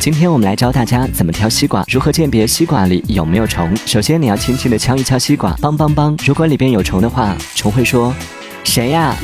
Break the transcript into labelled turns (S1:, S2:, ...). S1: 今天我们来教大家怎么挑西瓜，如何鉴别西瓜里有没有虫。首先，你要轻轻的敲一敲西瓜，梆梆梆。如果里边有虫的话，虫会说：“谁呀、